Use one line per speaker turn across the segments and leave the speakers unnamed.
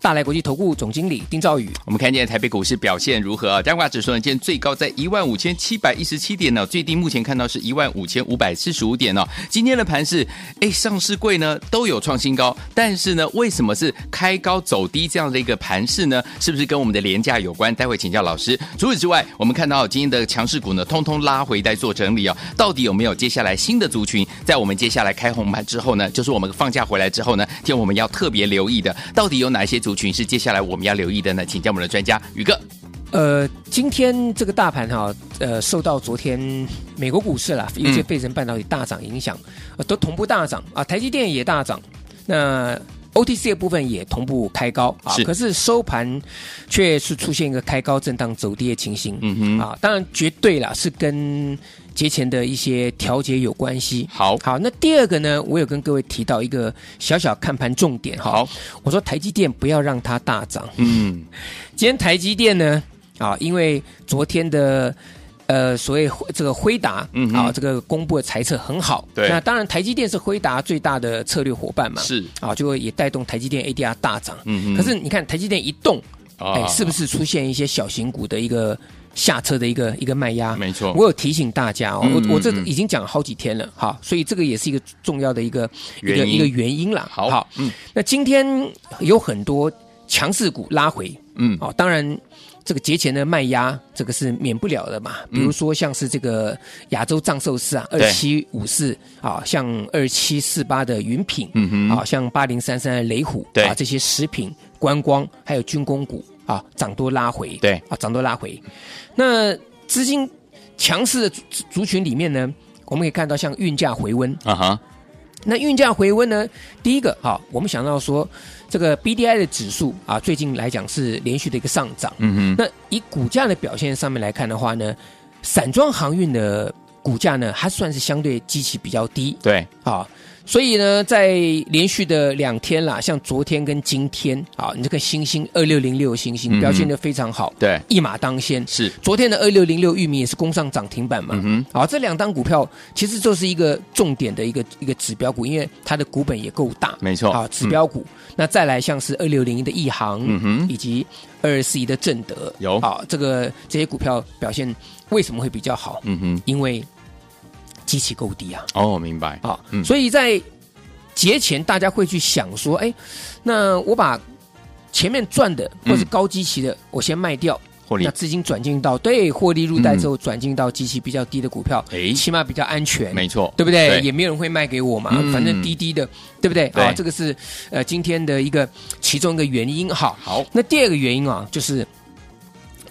大来国际投顾总经理丁兆宇。
我们看见台北股市表现如何啊？加挂指数呢，今天最高在一万五千七百一十七点呢、最低目前看到是一万五千五百四十五点哦。今天的盘是，哎，上市柜呢都有创新高，但是呢，为什么是开高走低这样的一个盘势呢？是不是跟我们的廉价有关？待会请教老师。除此之外，我们看到今天的强势股呢，通通拉回来做整理哦。到底有没有接下来新的族群？在我们接下来开红盘之后呢，就是我们放假回来之后呢，今天我们要特别留意的，到底有哪一些族群是接下来我们要留意的呢？请教我们的专家宇哥。
呃，今天这个大盘哈、呃，受到昨天美国股市啦，
嗯
尤其费城半导体大涨影响，呃都同步大涨啊，台积电也大涨，那呃 OTC 的部分也同步开高啊
是，
可是收盘却是出现一个开高震荡走低的情形，
嗯哼
啊，当然绝对啦，是跟节前的一些调节有关系。
好
好，那第二个呢，我有跟各位提到一个小小看盘重点哈，
好，
我说台积电不要让它大涨，
嗯，
今天台积电呢，啊，因为昨天的呃所谓辉这个辉达，
嗯哼
啊，这个公布的财测很好，
对
那当然台积电是辉达最大的策略伙伴嘛，
是
啊，就会也带动台积电 ADR 大涨，
嗯哼
可是你看台积电一动，
啊
哎，是不是出现一些小型股的一个？下车的一个一个卖压，
没错
我有提醒大家哦，
嗯
我我这
嗯嗯
已经讲了好几天了，哈，所以这个也是一个重要的一个一个
原因
一个原因啦。
好嗯
那今天有很多强势股拉回，
嗯
哦，当然这个节前的卖压，这个是免不了的嘛。比如说像是这个亚洲藏寿司啊，二
嗯对
七五四啊，像二七四八的云品，
嗯哼
啊，像八零三三的雷虎，
对
啊，这些食品、观光还有军工股啊，涨多拉回，
对
啊，涨多拉回。那资金强势的族族群里面呢，我们可以看到像运价回温，
啊哈，
那运价回温呢？第一个哈、我们想到说这个 B D I 的指数啊，最近来讲是连续的一个上涨。
嗯哼，
那以股价的表现上面来看的话呢，散装航运的股价呢，还算是相对基期比较低
对，
啊。所以呢，在连续的两天啦，像昨天跟今天啊，你这个星星二六零六
嗯
星
哼
星表现的非常好，
对
一马当先。
是，
昨天的二六零六域名也是攻上涨停板嘛，
嗯
好，这两档股票其实就是一个重点的一个一个指标股，因为它的股本也够大，
没错
好，指标股。那再来像是二六零一的亿航，
嗯哼
以及二四一的正德，
有
好，这个这些股票表现为什么会比较好？
嗯哼，
因为基期够低啊，
哦，明白，
啊，
嗯
所以在节前大家会去想说，哎，那我把前面赚的或是
嗯
高基期的，我先卖掉，
获利嗯
那，资金转进到对获利入袋之后，转进到极其比较低的股票，
哎
起码比较安全，
没错，
对不对？
对
也没有人会卖给我嘛，
嗯
反正低低的，对不对？
对
啊，这个是呃今天的一个其中一个原因哈。
好，
那第二个原因啊，就是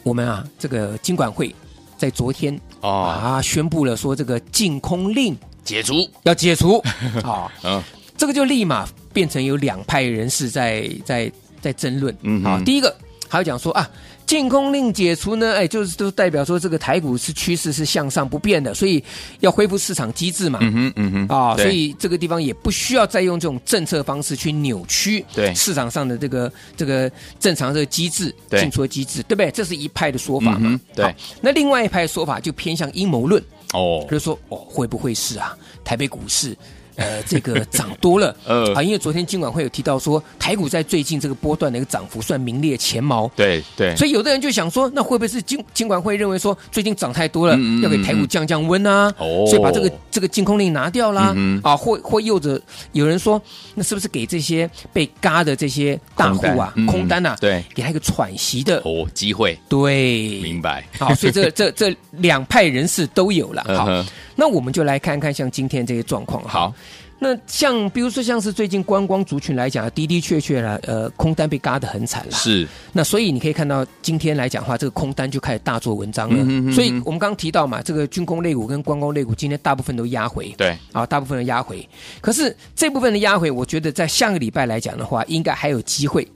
我们啊这个金管会在昨天
哦，
啊宣布了说这个禁空令
解除，
要解除 啊，
嗯，
这个就立马变成有两派人士在在在争论。
嗯哼
好，第一个还有讲说啊，禁空令解除呢，哎，就是都代表说这个台股是趋势是向上不变的，所以要恢复市场机制嘛。
嗯哼，嗯哼，
啊，
对
所以这个地方也不需要再用这种政策方式去扭曲
对
市场上的这个这个正常的机制
对
进出的机制，对不对？这是一派的说法嘛
嗯。哼对
好，那另外一派说法就偏向阴谋论，
哦。
就，是说哦，会不会是啊？台北股市呃这个涨多了
呃
啊，因为昨天今晚会有提到说，台股在最近这个波段的一个涨幅算名列前茅，
对对，
所以有的人就想说，那会不会是金金管会认为说最近涨太多了，
嗯嗯嗯
要给台股降降温啊？
哦
所以把这个这个禁空令拿掉啦。
嗯
啊，或或又者有人说，那是不是给这些被嘎的这些大户啊、
空单嗯
空单啊，
对嗯
给他一个喘息的？
哦，机会，
对，
明白，
好，所以这这这两派人士都有了。好，
嗯哼
那我们就来看看像今天这些状况。啊
好，
那像比如说像是最近观光族群来讲，啊的的确确啦，呃，空单被嘎得很惨了。
是
那所以你可以看到，今天来讲的话，这个空单就开始大做文章了。
嗯哼嗯哼
所以我们刚刚提到嘛，这个军工类股跟观光类股今天大部分都压回，
对，
啊，大部分的压回。可是这部分的压回，我觉得在下个礼拜来讲的话，应该还有机会，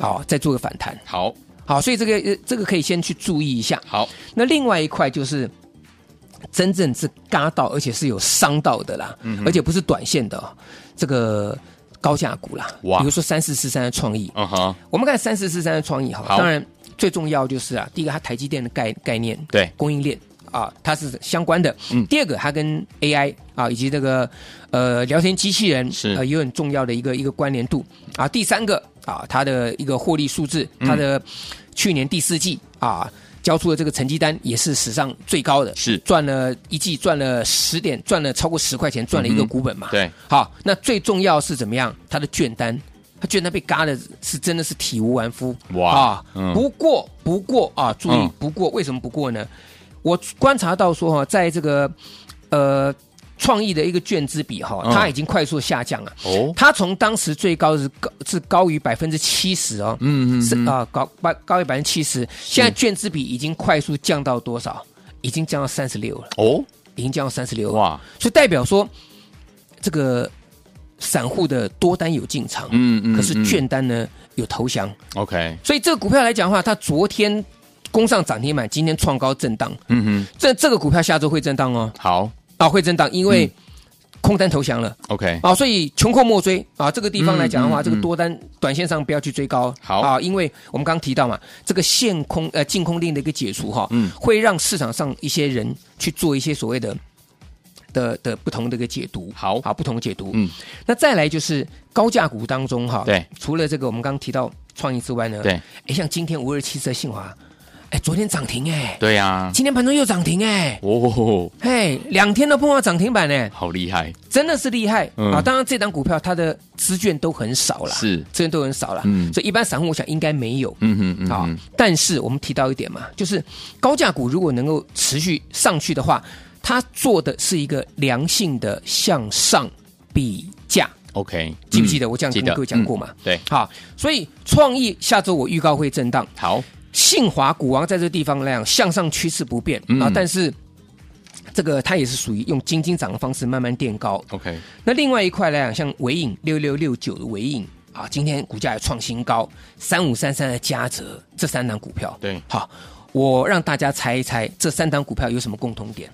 哦，再做个反弹。
好
好，所以这个呃这个可以先去注意一下。
好，
那另外一块就是。真正是嘎到，而且是有伤到的啦，
嗯
而且不是短线的、哦，这个高价股啦，
哇
比如说三四四三的创意，
嗯哼，
我们看三四四三的创意哈
好，
当然最重要就是啊，第一个它台积电的概概念，
对
供应链啊，它是相关的。
嗯
第二个它跟 AI 啊以及这个呃聊天机器人
是
呃也有很重要的一个一个关联度啊。第三个啊，它的一个获利数字，
嗯
它的去年第四季啊。交出的这个成绩单也是史上最高的，
是
赚了一季赚了十点，赚了超过十块钱，赚了一个
嗯哼
股本嘛。
对，
好，那最重要是怎么样？他的券单，他券单被嘎的是真的是体无完肤啊
哇嗯
不过不过啊，注意
嗯，
不过为什么不过呢？我观察到说哈，在这个呃创意的一个券资比哈，
嗯
它已经快速下降了。
哦，
它从当时最高是高是高于百分之七十哦，
嗯
是
嗯嗯，
啊高高高于百分之七十，现在券资比已经快速降到多少？已经降到三十六了，
哦，
已经降到三十六了。
哇，
所以代表说这个散户的多单有进场，
嗯嗯，
可是
嗯
券单呢有投降，
，OK，
所以这个股票来讲的话，它昨天攻上涨停板，今天创高震荡，
嗯
这这个股票下周会震荡哦，
哼，好
啊会震荡，因为空单投降了。
，OK，
啊，所以穷寇莫追啊！这个地方来讲的话，
嗯嗯
这个多单短线上不要去追高，
好
啊，因为我们刚刚提到嘛，这个限空呃禁空令的一个解除哈，
嗯
会让市场上一些人去做一些所谓的的的不同的一个解读，
好
啊，不同的解读，
嗯，
那再来就是高价股当中哈，
对，
除了这个我们刚刚提到创意之外呢，
对，
哎，像今天五二七的信华，哎，昨天涨停哎，
对呀，
今天盘中又涨停哎。
哦，
哎，两天都碰到涨停板哎，
好厉害，
真的是厉害、
嗯
啊！当然，这档股票它的资券都很少啦，
是
资券都很少啦，
嗯
所以一般散户我想应该没有。
嗯哼嗯
啊
哼，，
但是我们提到一点嘛，就是高价股如果能够持续上去的话，它做的是一个良性的向上比价，
，OK，
记不记得我这样
嗯记
跟
得嗯
各位讲过嘛？
对，
好，所以创意下周我预告会震荡，
好，
信华股王在这地方来讲，向上趋势不变、啊
嗯，
但是这个它也是属于用金金涨的方式慢慢垫高，
OK，
那另外一块来讲，像伟影六六六九的伟影啊，今天股价也创新高，三五三三的嘉泽，这三档股票，
对
好，我让大家猜一猜，这三档股票有什么共同点？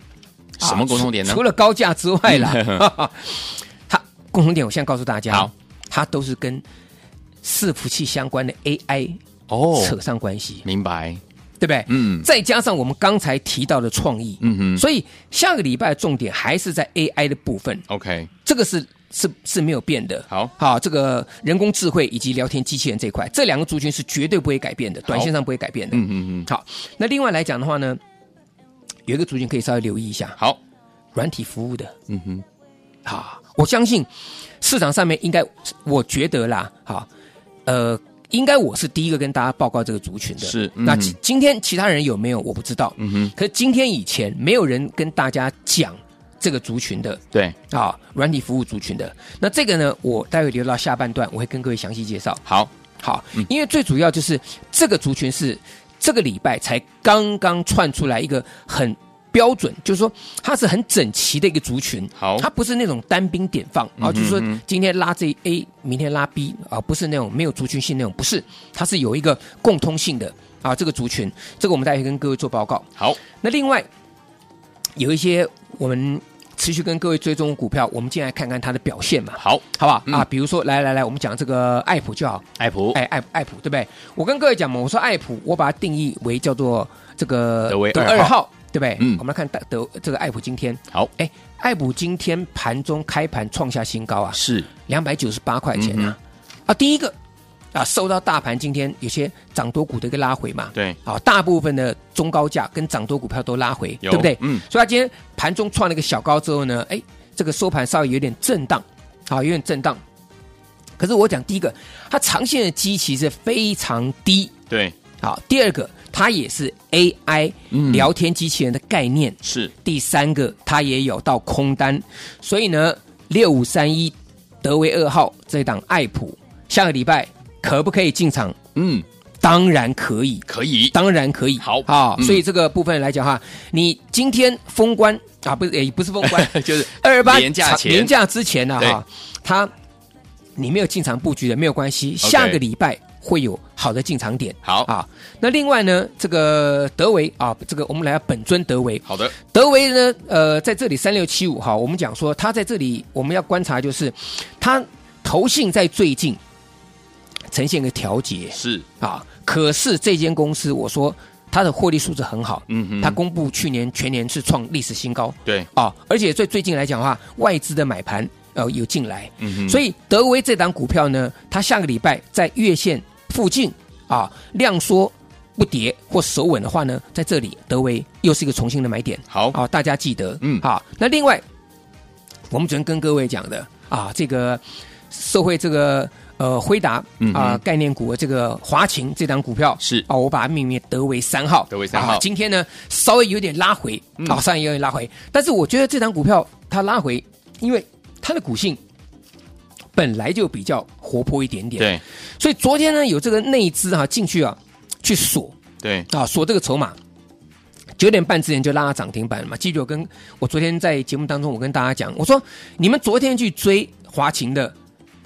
什么共同点呢
啊除除了高价之外啦，
嗯
哈哈它共同点我现在告诉大家，
好，
它都是跟伺服器相关的 AI
哦
扯上关系，
明白，
对不对？
嗯
再加上我们刚才提到的创意，
嗯哼
所以下个礼拜的重点还是在 AI 的部分。
，OK，
这个是是是没有变的。
好
好，这个人工智慧以及聊天机器人这一块，这两个族群是绝对不会改变的，短线上不会改变的。
嗯嗯嗯，
好，那另外来讲的话呢，有一个族群可以稍微留意一下，
好，
软体服务的。
嗯哼，
啊，我相信市场上面应该，我觉得啦，好，呃，应该我是第一个跟大家报告这个族群的。
是嗯
那今今天其他人有没有我不知道。
嗯哼，
可是今天以前没有人跟大家讲这个族群的
对，
啊，软体服务族群的。那这个呢，我待会留到下半段，我会跟各位详细介绍。
好，
好，因为最主要就是这个族群是这个礼拜才刚刚窜出来一个很标准，就是说它是很整齐的一个族群。
好
它不是那种单兵点放啊，就是说今天拉这 A，明天拉 B 啊，不是那种没有族群性那种，不是，它是有一个共通性的啊，这个族群，这个我们待会跟各位做报告。
好，
那另外有一些我们持续跟各位追踪的股票，我们进来看看它的表现嘛，
好，
好不好、
嗯哦
啊？比如说，来来来，我们讲这个爱普就好，
艾普
哎，爱爱普对不对？我跟各位讲嘛，我说爱普，我把它定义为叫做这个
德威
德
二号
二号对不对？
嗯
我们来看大德这个爱普今天，
好，
哎，爱普今天盘中开盘创下新高啊，
是
两百九十八块钱
嗯
啊、啊，第一个啊，受到大盘今天有些涨多股的一个拉回嘛，
对，
啊，大部分的中高价跟涨多股票都拉回，
有
对不对？
嗯
所以它今天盘中创了一个小高之后呢，哎，这个收盘稍微有点震荡，啊，有点震荡。可是我讲第一个，它长线的基期是非常低，
对，
好，第二个它也是 AI
嗯
聊天机器人的概念，
是
第三个它也有到空单，所以呢，六五三一德维二号这档爱普，下个礼拜可不可以进场？
嗯，
当然可以，
可以，
当然可以。
好
好、
嗯
所以这个部分来讲哈，你今天封关啊，不是也不是封 关，
就是
二十八
廉价前
廉价之前呢、啊
对
哈，它你没有进场布局的没有关系，
OK
下个礼拜会有好的进场点。
好
啊，那另外呢，这个德维啊，这个我们来到本尊德维，
好的，
德维呢，呃，在这里三六七五哈，我们讲说他在这里我们要观察就是他投信在最近呈现一个调节
是，
啊，可是这间公司我说它的获利数字很好，
嗯哼
它公布去年全年是创历史新高
对，
啊，而且最最近来讲的话，外资的买盘呃有进来，
嗯哼
所
以
以德威这档股票呢，它下个礼拜在月线附近啊量缩不跌或守稳的话呢，在这里德威又是一个重新的买点。
好，
好、哦大家记得，
嗯
好。那另外，我们昨天跟各位讲的啊，这个社会这个呃辉达
嗯
啊、
哼
概念股的这个华勤这档股票
是
啊，我把它命名为德维三号，啊
德维三号
今天呢稍微有点拉回，
嗯
啊，稍微有点拉回，但是我觉得这档股票它拉回，因为它的股性。本来就比较活泼一点点，，
对
所以昨天呢有这个内资啊进去啊去锁，
对，
啊，锁这个筹码。九点半之前就拉到涨停板了嘛？记住，我跟我昨天在节目当中，我跟大家讲，我说你们昨天去追华勤的，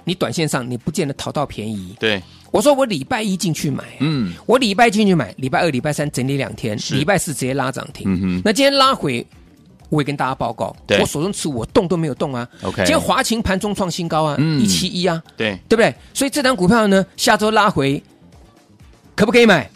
你短线上你不见得讨到便宜。
对，
我说我礼拜一进去买啊、
嗯，
我礼拜进去买，礼拜二、礼拜三整理两天，
是
礼拜四直接拉涨停。
嗯哼
那今天拉回，我也跟大家报告，
对
我手中持股我动都没有动啊。
OK
今天华勤盘中创新高啊，
嗯
一七一啊，
对，
对不对？所以这档股票呢，下周拉回，可不可以买？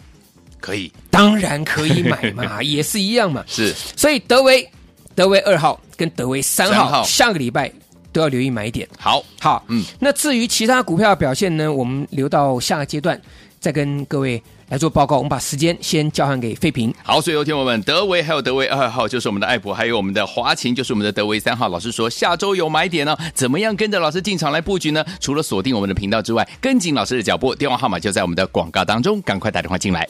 可以，
当然可以买 嘛，也是一样嘛。
是
所以德维、德维二号跟德维三
三
号，
号
下个礼拜都要留意买点。
好，
好，
嗯
嗯，那至于其他股票的表现呢，我们留到下个阶段再跟各位来做报告。我们把时间先交还给费平。
好，所以有听我们德维还有德维二号，就是我们的艾普，还有我们的华勤，就是我们的德维三号。老师说下周有买点哦，怎么样跟着老师进场来布局呢？除了锁定我们的频道之外，跟紧老师的脚步，电话号码就在我们的广告当中，赶快打电话进来。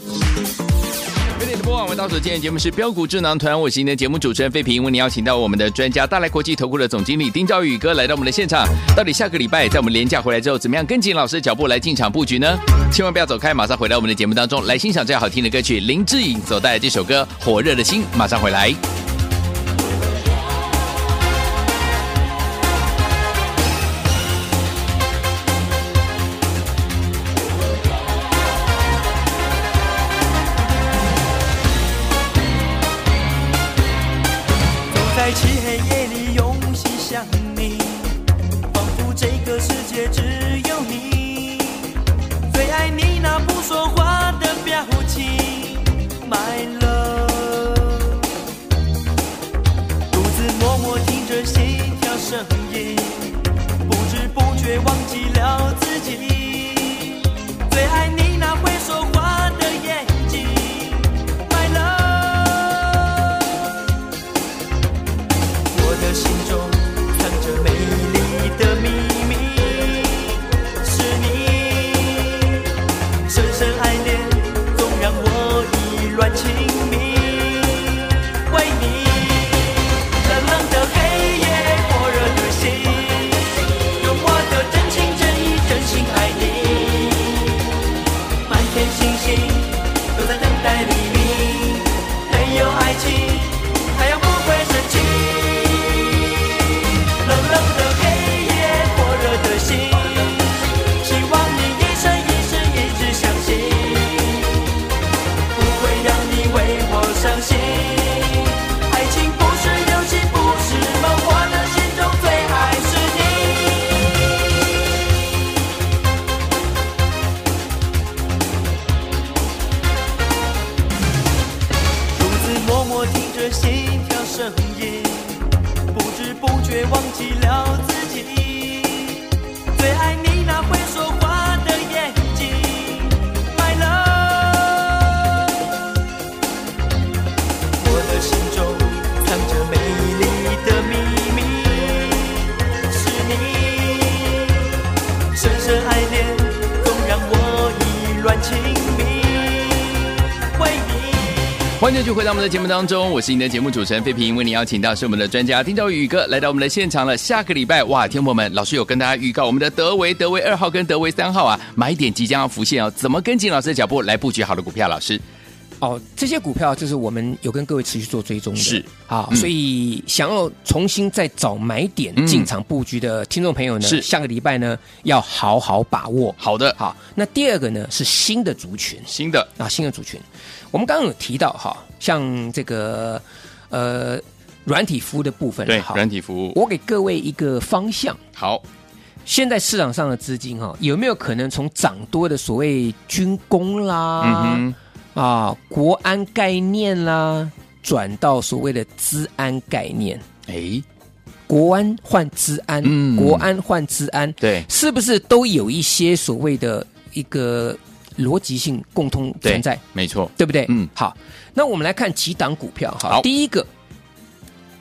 九点的播网，我们到手今天的节目是标股智囊团，我是您的节目主持人费平，为您邀请到我们的专家大来国际投顾的总经理丁兆宇哥来到我们的现场。到底下个礼拜在我们廉价回来之后，怎么样跟紧老师的脚步来进场布局呢？千万不要走开，马上回到我们的节目当中来欣赏这好听的歌曲，林志颖所带来这首歌《火热的心》，马上回来。
走在漆黑夜里，用心想你，仿佛这个世界只有你。最爱你那不说话的表情，My love。独自默默听着心跳声音，不知不觉忘记了自己。最爱你那会说话的眼睛，My love。的心跳声音，不知不觉忘记了自己。最爱你那会说话的眼睛，My love。我的心中藏着美丽的秘密，是你深深爱恋，总让我意乱情迷，为你。
欢迎继续回到我们的节目当中，我是您的节目主持人费平，为您邀请到是我们的专家丁兆宇宇哥来到我们的现场了。下个礼拜哇，听众朋友们，老师有跟大家预告，我们的德维、德维二号跟德维三号啊，买点即将要浮现哦，怎么跟紧老师的脚步来布局好的股票？老师
哦，这些股票就是我们有跟各位持续做追踪的，
是
好，
嗯
所以想要重新再找买点
嗯
进场布局的听众朋友呢，
是
下个礼拜呢要好好把握。
好的，
好，那第二个呢是新的族群
新的
啊，新的族群，我们刚刚有提到哈，像这个呃软体服务的部分，
对
好
软体服务
我给各位一个方向，
好，
现在市场上的资金哈、有没有可能从涨多的所谓军工啦、
嗯哼，
啊国安概念啦，转到所谓的治安概念？
哎，
国安换治安，
嗯
国安换治安，
对
是不是都有一些所谓的一个逻辑性共通存在，
没错，
对不对？
嗯
好，那我们来看几档股票哈。
好
第一个，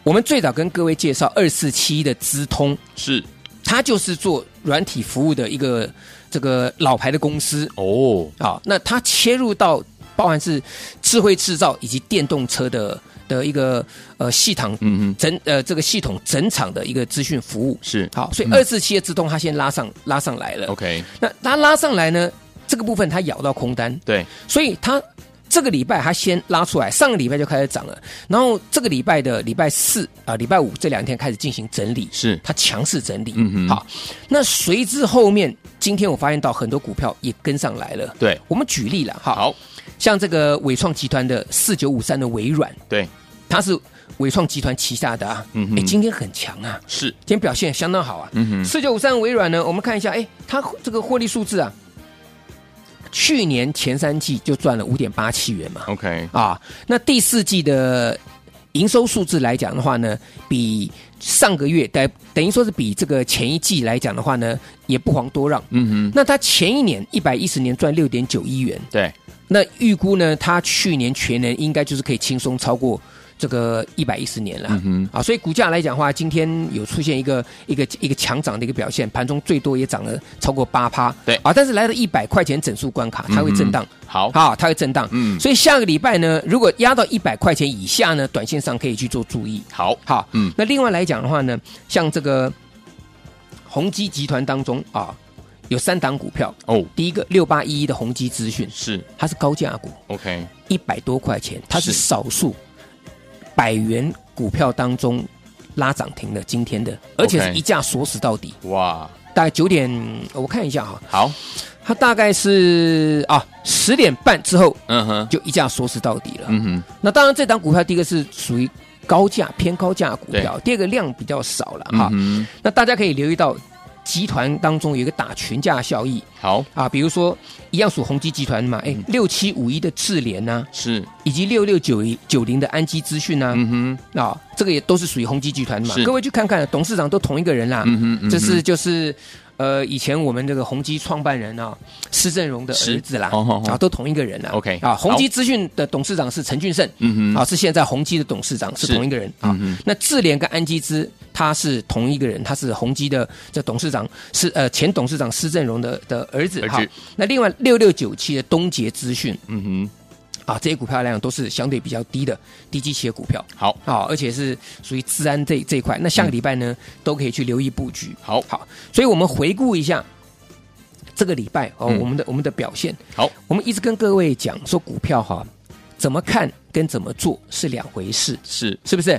我们最早跟各位介绍二四七的资通，
是
它就是做软体服务的一个这个老牌的公司
哦，
啊。那它切入到包含是智慧制造以及电动车的的一个呃系统
嗯哼，
整呃这个系统整场的一个资讯服务。
是
好，所以
嗯
二四七的自动它先拉上拉上来了。
，OK，
那它拉上来呢，这个部分它咬到空单，
对，
所以它这个礼拜它先拉出来，上个礼拜就开始涨了，然后这个礼拜的礼拜四啊、礼拜五这两天开始进行整理，
是
它强势整理。
嗯哼
好，那随之后面，今天我发现到很多股票也跟上来了。
对，
我们举例了哈，
好，
像这个伟创集团的四九五三的微软，
对，
它是伟创集团旗下的啊，
嗯哼
哎，今天很强啊，
是，
今天表现相当好啊。
嗯哼，
四九五三微软呢，我们看一下，哎，它这个获利数字啊，去年前三季就赚了五点八七元嘛，
OK，
啊，那第四季的营收数字来讲的话呢，比上个月等等于说是比这个前一季来讲的话呢，也不遑多让。
嗯哼，
那它前一年一百一十年赚六点九亿元，
对，
那预估呢，它去年全年应该就是可以轻松超过这个一百一十年了。
嗯哼，
啊，所以股价来讲的话，今天有出现一个一个一个强涨的一个表现，盘中最多也涨了超过八趴，
对嗯
啊，但是来到一百块钱整数关卡，它会震荡，
好，
好，它会震荡，
嗯
所以下个礼拜呢，如果压到一百块钱以下呢，短线上可以去做注意，
好，
好，
嗯
那另外来讲的话呢，像这个宏基集团当中啊，有三档股票，
哦，
第一个六八一一的宏基资讯，
是
它是高价股，
OK，
一百多块钱，它是
是
少数百元股票当中拉涨停的今天的，而且是
OK
一价锁死到底，
哇，
大概九点，我看一下哈，
好，
它大概是啊十点半之后
嗯哼，
就一价锁死到底了。
嗯哼，
那当然，这档股票第一个是属于高价偏高价股票，第二个量比较少了哈。
嗯哼，
那大家可以留意到。集团当中有一个打群架效益
好，
啊，比如说一样属宏基集团嘛，哎，六七五一的智联啊呐、
是，
以及六六九一九零的安基资讯啊，
嗯哼，
啊、这个也都是属于宏基集团嘛
是。
各位去看看，董事长都同一个人啦。
嗯哼，嗯哼
这是就是呃，以前我们这个宏基创办人啊，施正荣的儿子啦，
是哦哦哦
啊，都同一个人啦。
OK，
啊，宏基资讯的董事长是陈俊胜，
嗯哼，
啊，是现在宏基的董事长是
是
同一个人啊。
嗯哼，
那智联跟安基资，他是同一个人，他是宏基的这董事长是呃前董事长施正荣的的儿子
儿子
哈。那另外六六九七的东杰资讯，
嗯哼，
啊，这些股票来讲都是相对比较低的低基企业股票
好，
啊，而且是属于治安这这一块。那下个礼拜呢，都可以去留意布局。
嗯好
好，所以我们回顾一下这个礼拜哦，
嗯
我们的我们的表现。
好，
我们一直跟各位讲说，股票哈、怎么看跟怎么做是两回事，
是，
是不是？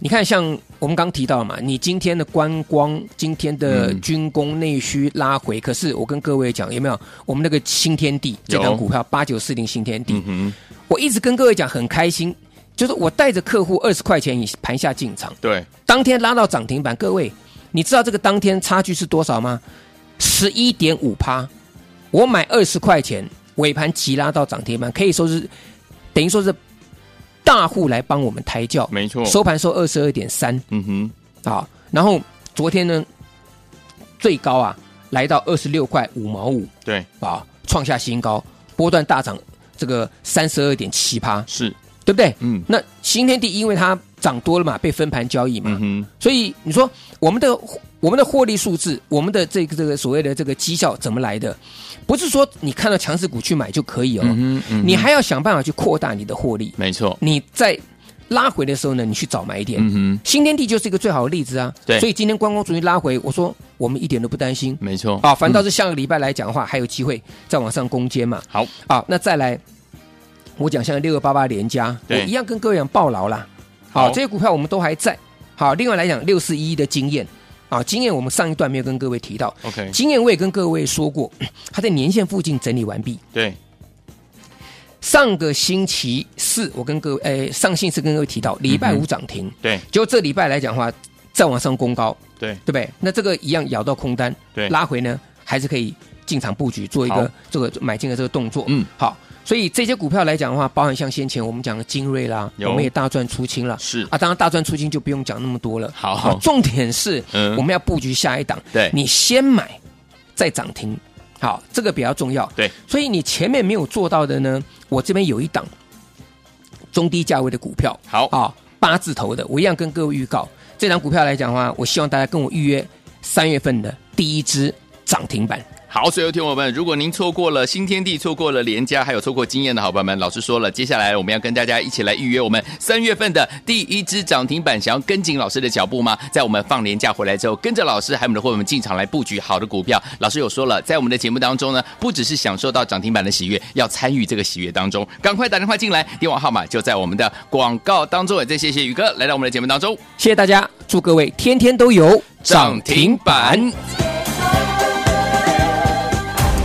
你看，像我们刚提到了嘛，你今天的观光、今天的
嗯
军工内需拉回，可是我跟各位讲，有没有我们那个新天地这
有
档股票八九四零新天地？
嗯哼，
我一直跟各位讲很开心，就是我带着客户二十块钱以盘下进场，
对，
当天拉到涨停板。各位，你知道这个当天差距是多少吗？十一点五趴。我买二十块钱，尾盘急拉到涨停板，可以说是等于说是大户来帮我们抬轿，
没错
收盘收二十二点三
嗯哼，
啊，然后昨天呢，最高啊来到二十六块五毛五
对，
啊，创下新高，波段大涨这个三十二点七趴，
是，
对不对？
嗯
那新天地因为它涨多了嘛，被分盘交易嘛，
嗯哼，
所以你说我们的我们的获利数字，我们的这个这个所谓的这个绩效怎么来的？不是说你看到强势股去买就可以哦，
嗯哼，嗯哼
你还要想办法去扩大你的获利。
没错，
你在拉回的时候呢，你去找买点。
嗯哼，
新天地就是一个最好的例子啊。
对
所以今天观光族一拉回，我说我们一点都不担心
没错，嗯
啊，反倒是下个礼拜来讲的话，还有机会再往上攻坚嘛。
好，
啊，那再来，我讲像六二八八连加，我
对
一样跟各位讲暴牢啦。好，
好
这些股票我们都还在。好，另外来讲六四一的经验啊，经验我们上一段没有跟各位提到，
，OK，
经验我也跟各位说过， 它在年线附近整理完毕。
对，
上个星期四，我跟各位，哎，上星期四跟各位提到，礼拜
嗯
五
哼
涨停，
对，
结果这礼拜来讲的话，再往上攻高，
对，
对不对？那这个一样咬到空单，
对
拉回呢还是可以进场布局，做一
好
个这个买进的这个动作。
嗯，
好，所以这些股票来讲的话，包含像先前我们讲的精锐啦，
有
我们也大赚出清了。
是，
啊，当然大赚出清就不用讲那么多了。
好
重点是
嗯
我们要布局下一档，
对
你先买再涨停，好，这个比较重要。
对，
所以你前面没有做到的呢，我这边有一档中低价位的股票，
好
啊、八字头的，我一样跟各位预告，这档股票来讲的话，我希望大家跟我预约三月份的第一支涨停板。
好，所有听众朋友们，如果您错过了新天地、错过了联家，还有错过经验的好朋友们，老师说了，接下来我们要跟大家一起来预约我们三月份的第一支涨停板，想要跟紧老师的脚步吗？在我们放年假回来之后，跟着老师还有我们的会员们进场来布局好的股票。老师有说了，在我们的节目当中呢，不只是享受到涨停板的喜悦，要参与这个喜悦当中，赶快打电话进来，电话号码就在我们的广告当中。也再谢谢宇哥来到我们的节目当中，
谢谢大家，祝各位天天都有
涨停板。